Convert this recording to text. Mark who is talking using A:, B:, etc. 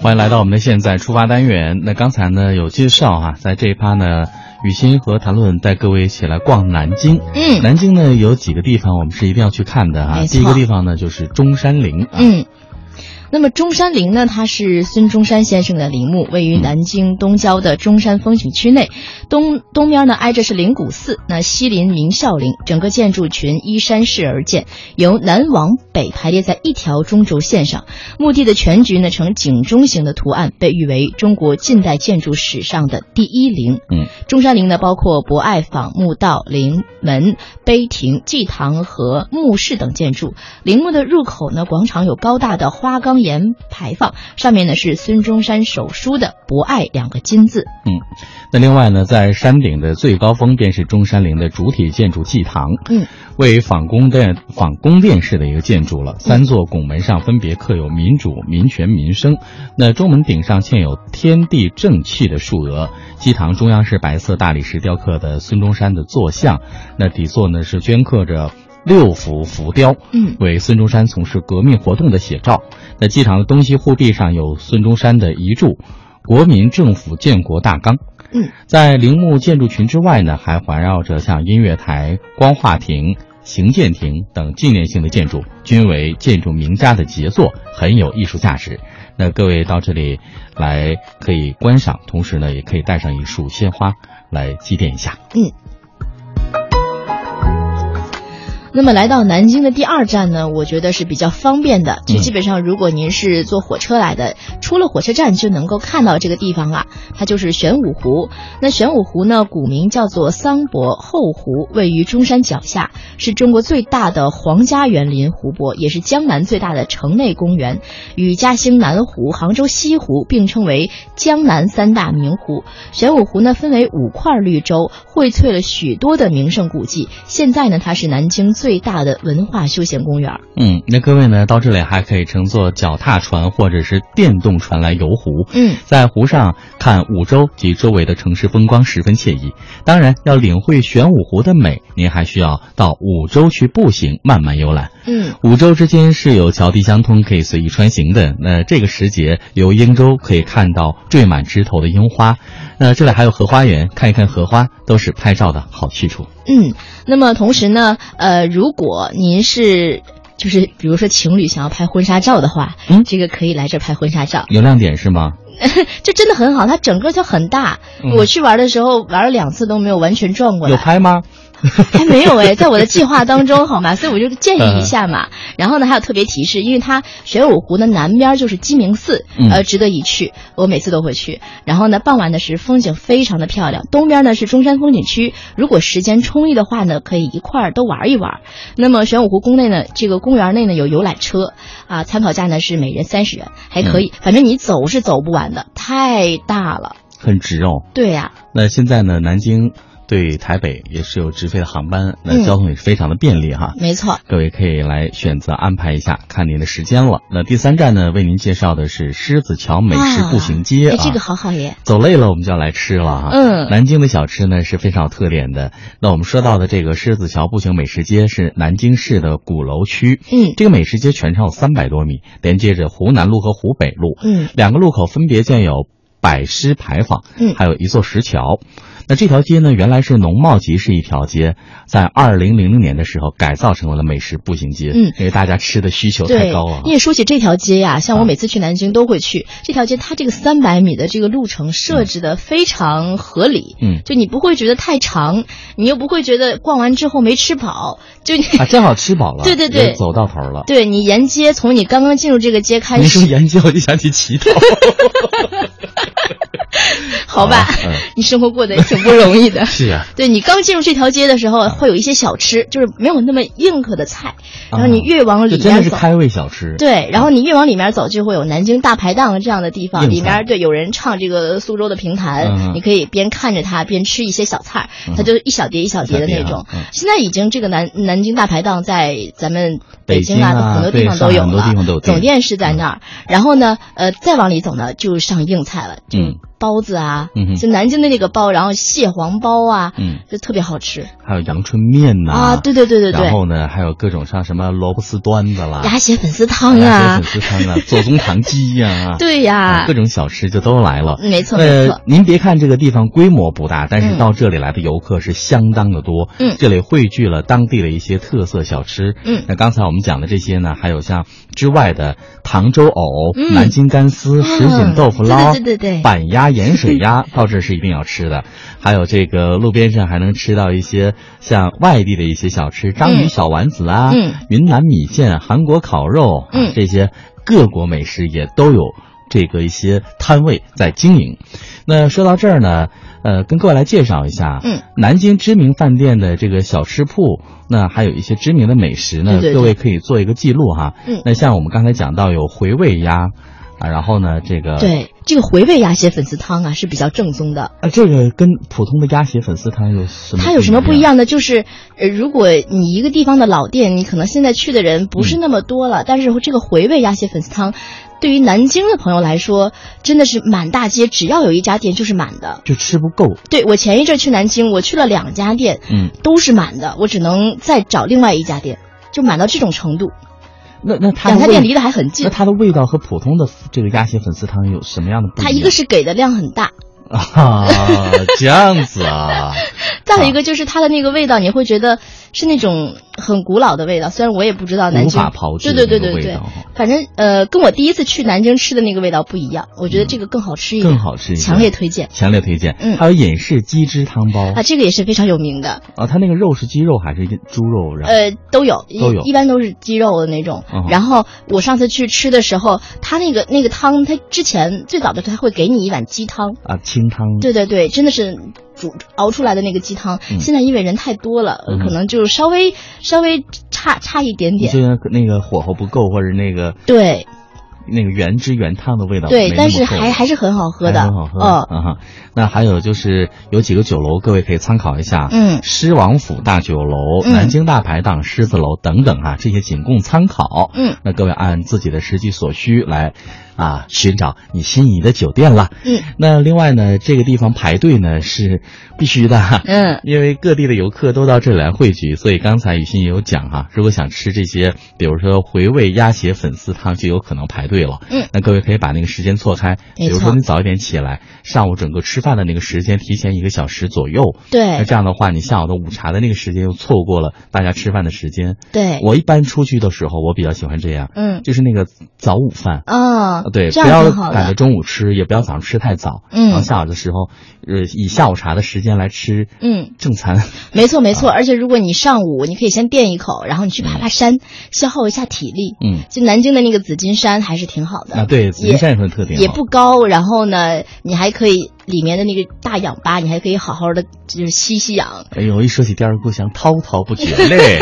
A: 欢迎来到我们的现在出发单元。那刚才呢有介绍哈、在这一趴呢，雨欣和谭论带各位一起来逛南京。
B: 嗯
A: 南京呢有几个地方我们是一定要去看的哈、
B: 没错
A: 第一个地方呢就是中山陵啊，
B: 嗯。那么中山陵呢？它是孙中山先生的陵墓，位于南京东郊的中山风景区内，东东面呢挨着是灵谷寺，那西临明孝陵，整个建筑群依山势而建，由南往北排列在一条中轴线上。墓地的全局呢呈井中形的图案，被誉为中国近代建筑史上的第一陵。
A: 嗯，
B: 中山陵呢包括博爱坊、墓道、陵门、碑亭、祭堂和墓室等建筑。陵墓的入口呢，广场有高大的花岗岩牌坊，上面呢是孙中山手书的“博爱”两个金字。
A: 那另外呢，在山顶的最高峰便是中山陵的主体建筑祭堂，
B: 嗯，
A: 为仿宫殿仿宫殿式的一个建筑了。三座拱门上分别刻有民主、民权、民生。那中门顶上嵌有天地正气的树额，祭堂中央是白色大理石雕刻的孙中山的坐像，那底座呢是镌刻着。六幅浮雕，
B: 嗯
A: 为孙中山从事革命活动的写照。那祭堂的东西护壁上有孙中山的遗著《国民政府建国大纲》。在陵墓建筑群之外呢，还环绕着像音乐台、光化亭、行健亭等纪念性的建筑，均为建筑名家的杰作，很有艺术价值。那各位到这里来可以观赏，同时呢，也可以带上一束鲜花来祭奠一下。
B: 那么来到南京的第二站呢，我觉得是比较方便的，就基本上如果您是坐火车来的，出了火车站就能够看到这个地方了，啊它就是玄武湖。那玄武湖呢，古名叫做桑博后湖，位于中山脚下，是中国最大的皇家园林湖泊，也是江南最大的城内公园，与嘉兴南湖、杭州西湖并称为江南三大名湖。玄武湖呢分为五块绿洲，荟萃了许多的名胜古迹。现在呢，它是南京最大的文化休闲公园。
A: 嗯，那各位呢，到这里还可以乘坐脚踏船或者是电动船来游湖。
B: 嗯，
A: 在湖上看五洲及周围的城市风光十分惬意。当然，要领会玄武湖的美，您还需要到五洲去步行慢慢游览。
B: 嗯，
A: 五洲之间是有桥堤相通，可以随意穿行的。那这个时节游鄢州可以看到缀满枝头的樱花，那这里还有荷花园，看一看荷花都是拍照的好去处。
B: 嗯，那么同时呢，呃，如果您是就是比如说情侣想要拍婚纱照的话，
A: 嗯
B: 这个可以来这儿拍婚纱照，
A: 有亮点是吗？
B: 就真的很好，它整个就很大。
A: 嗯
B: 我去玩的时候玩了两次都没有完全转过
A: 有
B: 来，
A: 拍嗯吗？
B: 还没有哎，在我的计划当中，好吗？所以我就建议一下嘛。然后呢，还有特别提示，因为它玄武湖的南边就是鸡鸣寺，
A: 嗯
B: 呃，值得一去，我每次都会去。然后呢，傍晚的时风景非常的漂亮，东边呢是中山风景区，如果时间充裕的话呢，可以一块儿都玩一玩。那么玄武湖宫内呢，这个公园内呢有游览车，啊，参考价呢是每人三十元，还可以，反正你走是走不完的，太大了。
A: 很值哦。
B: 对呀、
A: 那现在呢，南京对台北也是有直飞的航班，那
B: 嗯
A: 交通也是非常的便利哈。
B: 没错，
A: 各位可以来选择安排一下，看您的时间了。那第三站呢，为您介绍的是狮子桥美食步行街
B: 哎，
A: 啊。
B: 这个好好耶。
A: 走累了我们就要来吃了啊。
B: 嗯
A: 南京的小吃呢是非常有特点的。那我们说到的这个狮子桥步行美食街是南京市的鼓楼区，
B: 嗯
A: 这个美食街全长有三百多米，连接着湖南路和湖北路。
B: 嗯
A: 两个路口分别建有百狮牌坊，
B: 嗯
A: 还有一座石桥。那这条街呢，原来是农贸集市一条街，在二零零零年的时候改造成为了美食步行街，
B: 嗯
A: 因为大家吃的需求太
B: 对
A: 高啊，。
B: 因为说起这条街呀、像
A: 啊
B: 我每次去南京都会去、这条街，它这个三百米的这个路程设置的非常合理，
A: 嗯
B: 就你不会觉得太长，你又不会觉得逛完之后没吃饱，就你、
A: 啊，正好吃饱了，
B: 对对对
A: 也走到头了。
B: 对你沿街从你刚刚进入这个街开
A: 您说
B: 始，
A: 沿街，我就想起乞讨。啊
B: 好吧，
A: 啊嗯
B: 你生活过得也挺不容 易的。
A: 是啊，
B: 对你刚进入这条街的时候，会有一些小吃，就是没有那么硬核的菜，然后你越往里
A: 啊这真的
B: 面
A: 是
B: 走，
A: 开胃小吃。
B: 对，然后你越往里面走，就会有南京大排档这样的地方，
A: 硬
B: 里
A: 菜
B: 面对有人唱这个苏州的评
A: 嗯
B: 弹，你可以边看着它边吃一些小菜儿，它就一小碟嗯一小碟的那种
A: 嗯。
B: 现在已经这个南南京大排档在咱们
A: 北
B: 北
A: 京
B: 京
A: 啊
B: 很多地方都
A: 对
B: 有嗯
A: 上海很多地方都有店
B: 了，总店是在那儿。然后呢，呃，再往里走呢，就上硬菜了，就
A: 嗯
B: 包子啊，
A: 嗯哼
B: 就南京的那个包，然后蟹黄包啊，
A: 嗯，
B: 就特别好吃
A: 还有阳春面呐、
B: 啊！对对对对
A: 然
B: 对，
A: 后呢，还有各种像什么萝卜丝端子啦，
B: 鸭血啊粉丝汤
A: 鸭
B: 啊
A: 血，粉丝汤啊，左宗棠鸡呀、
B: 对呀
A: 啊，各，种小吃就都来了。
B: 没错没
A: 呃
B: 错，，
A: 您别看这个地方规模不大，但是
B: 嗯
A: 到这里来的游客是相当的多。
B: 嗯
A: 这里汇聚了当地的一些特色小吃。
B: 嗯
A: 那刚才我们讲的这些呢，还有像之外的糖粥藕、
B: 嗯
A: 南京干丝、
B: 嗯
A: 什锦豆腐捞、
B: 对对对对对
A: 板鸭、盐水 鸭，到这是一定要吃的。还有这个路边上还能吃到一些像外地的一些小吃，章鱼
B: 嗯
A: 小丸子啊，
B: 嗯
A: 云南米线、韩国烤肉，啊
B: 嗯
A: 这些各国美食也都有这个一些摊位在经营。那说到这儿呢，呃，跟各位来介绍一下，啊
B: 嗯，
A: 南京知名饭店的这个小吃铺，那还有一些知名的美食呢，
B: 对对对
A: 各位可以做一个记录哈。
B: 嗯
A: 那像我们刚才讲到有回味鸭，啊，然后呢，这个，
B: 对这个回味鸭血粉丝汤啊是比较正宗的。
A: 啊，这个跟普通的鸭血粉丝汤有什么？
B: 它有什么不一？样呢？就是，呃，如果你一个地方的老店，你可能现在去的人不是那么多
A: 嗯
B: 了，但是这个回味鸭血粉丝汤，对于南京的朋友来说，真的是满大街只要有一家店就是满的。
A: 就吃不够，
B: 对我前一阵去南京，我去了两家店，
A: 嗯，
B: 都是满的，我只能再找另外一家店，就满到这种程度。
A: 那那它的
B: 两家
A: 味
B: 店离得还很
A: 那
B: 近，
A: 它的味道和普通的这个鸭血粉丝汤有什么样的不一样？
B: 它一个是给的量很大，
A: 啊，这样子啊，
B: 再有一个就是它的那个味道，你会觉得是那种很古老的味道。虽然我也不知道南
A: 无
B: 京
A: 法炮制
B: 对对对
A: 的那个
B: 对
A: 味
B: 对
A: 道，
B: 反正呃，跟我第一次去南京吃的那个味道不一样，我觉得这个更好吃一
A: 嗯
B: 点，
A: 更好吃一点哦
B: 强烈推荐
A: 强烈推荐。
B: 嗯
A: 还有隐氏鸡汁汤包
B: 啊，这个也是非常有名的，
A: 啊，它那个肉是鸡肉还是猪肉？啊然后
B: 呃，都有，一
A: 都有
B: 一般都是鸡肉的那种。
A: 嗯
B: 然后我上次去吃的时候，它那个那个汤，它之前最早的时候它会给你一碗鸡汤，
A: 啊，清汤。
B: 对对对，真的是煮熬出来的那个鸡汤。
A: 嗯
B: 现在因为人太多了，
A: 嗯
B: 可能就稍微稍微差差一点
A: 你
B: 点。
A: 虽然那个火候不够，或者那个
B: 对
A: 那个原汁原汤的味道没那么
B: 对，
A: 够，
B: 但是还还是很好喝的，哦
A: 还很好喝。啊哈，那还有就是有几个酒楼，各位可以参考一下。
B: 嗯
A: 狮王府大酒楼、
B: 嗯
A: 南京大排档、狮子楼等等啊，这些仅供参考。
B: 嗯，
A: 那各位按自己的实际所需来啊寻找你心仪的酒店了。
B: 嗯
A: 那另外呢，这个地方排队呢是必须 的。
B: 嗯
A: 因为各地的游客都到这里来汇聚，所以刚才雨欣也有讲哈、如果想吃这些，比如说回味鸭血粉丝汤，就有可能排队了。
B: 嗯，
A: 那各位可以把那个时间错开，比
B: 没错
A: 如说你早一点起来，上午整个吃饭的那个时间提前一个小时左右。那
B: 对
A: 这样的话，你下午的午茶的那个时间又错过了大家吃饭的时间。
B: 对，
A: 我一般出去的时候，我比较喜欢这样，
B: 嗯
A: 就是那个早午饭。
B: 啊，
A: 对，
B: 这
A: 不
B: 样
A: 要
B: 挺好
A: 赶着
B: 的。
A: 中午吃，也不要早上吃太早，然后
B: 嗯
A: 下午的时候，呃，以下午茶的时间来吃
B: 嗯，
A: 正餐。
B: 没错没
A: 啊
B: 错，而且如果你上午你可以先垫一口，然后你去爬爬山，消耗一下体力。
A: 嗯，
B: 就南京的那个紫金山还是挺好的。
A: 啊，对，紫金山有什么特点？
B: 也不，高，然后呢，你还可以里面的那个大氧吧，你还可以好好的就是吸吸氧，
A: 哎呦，一说起第二故乡，滔滔不绝嘞。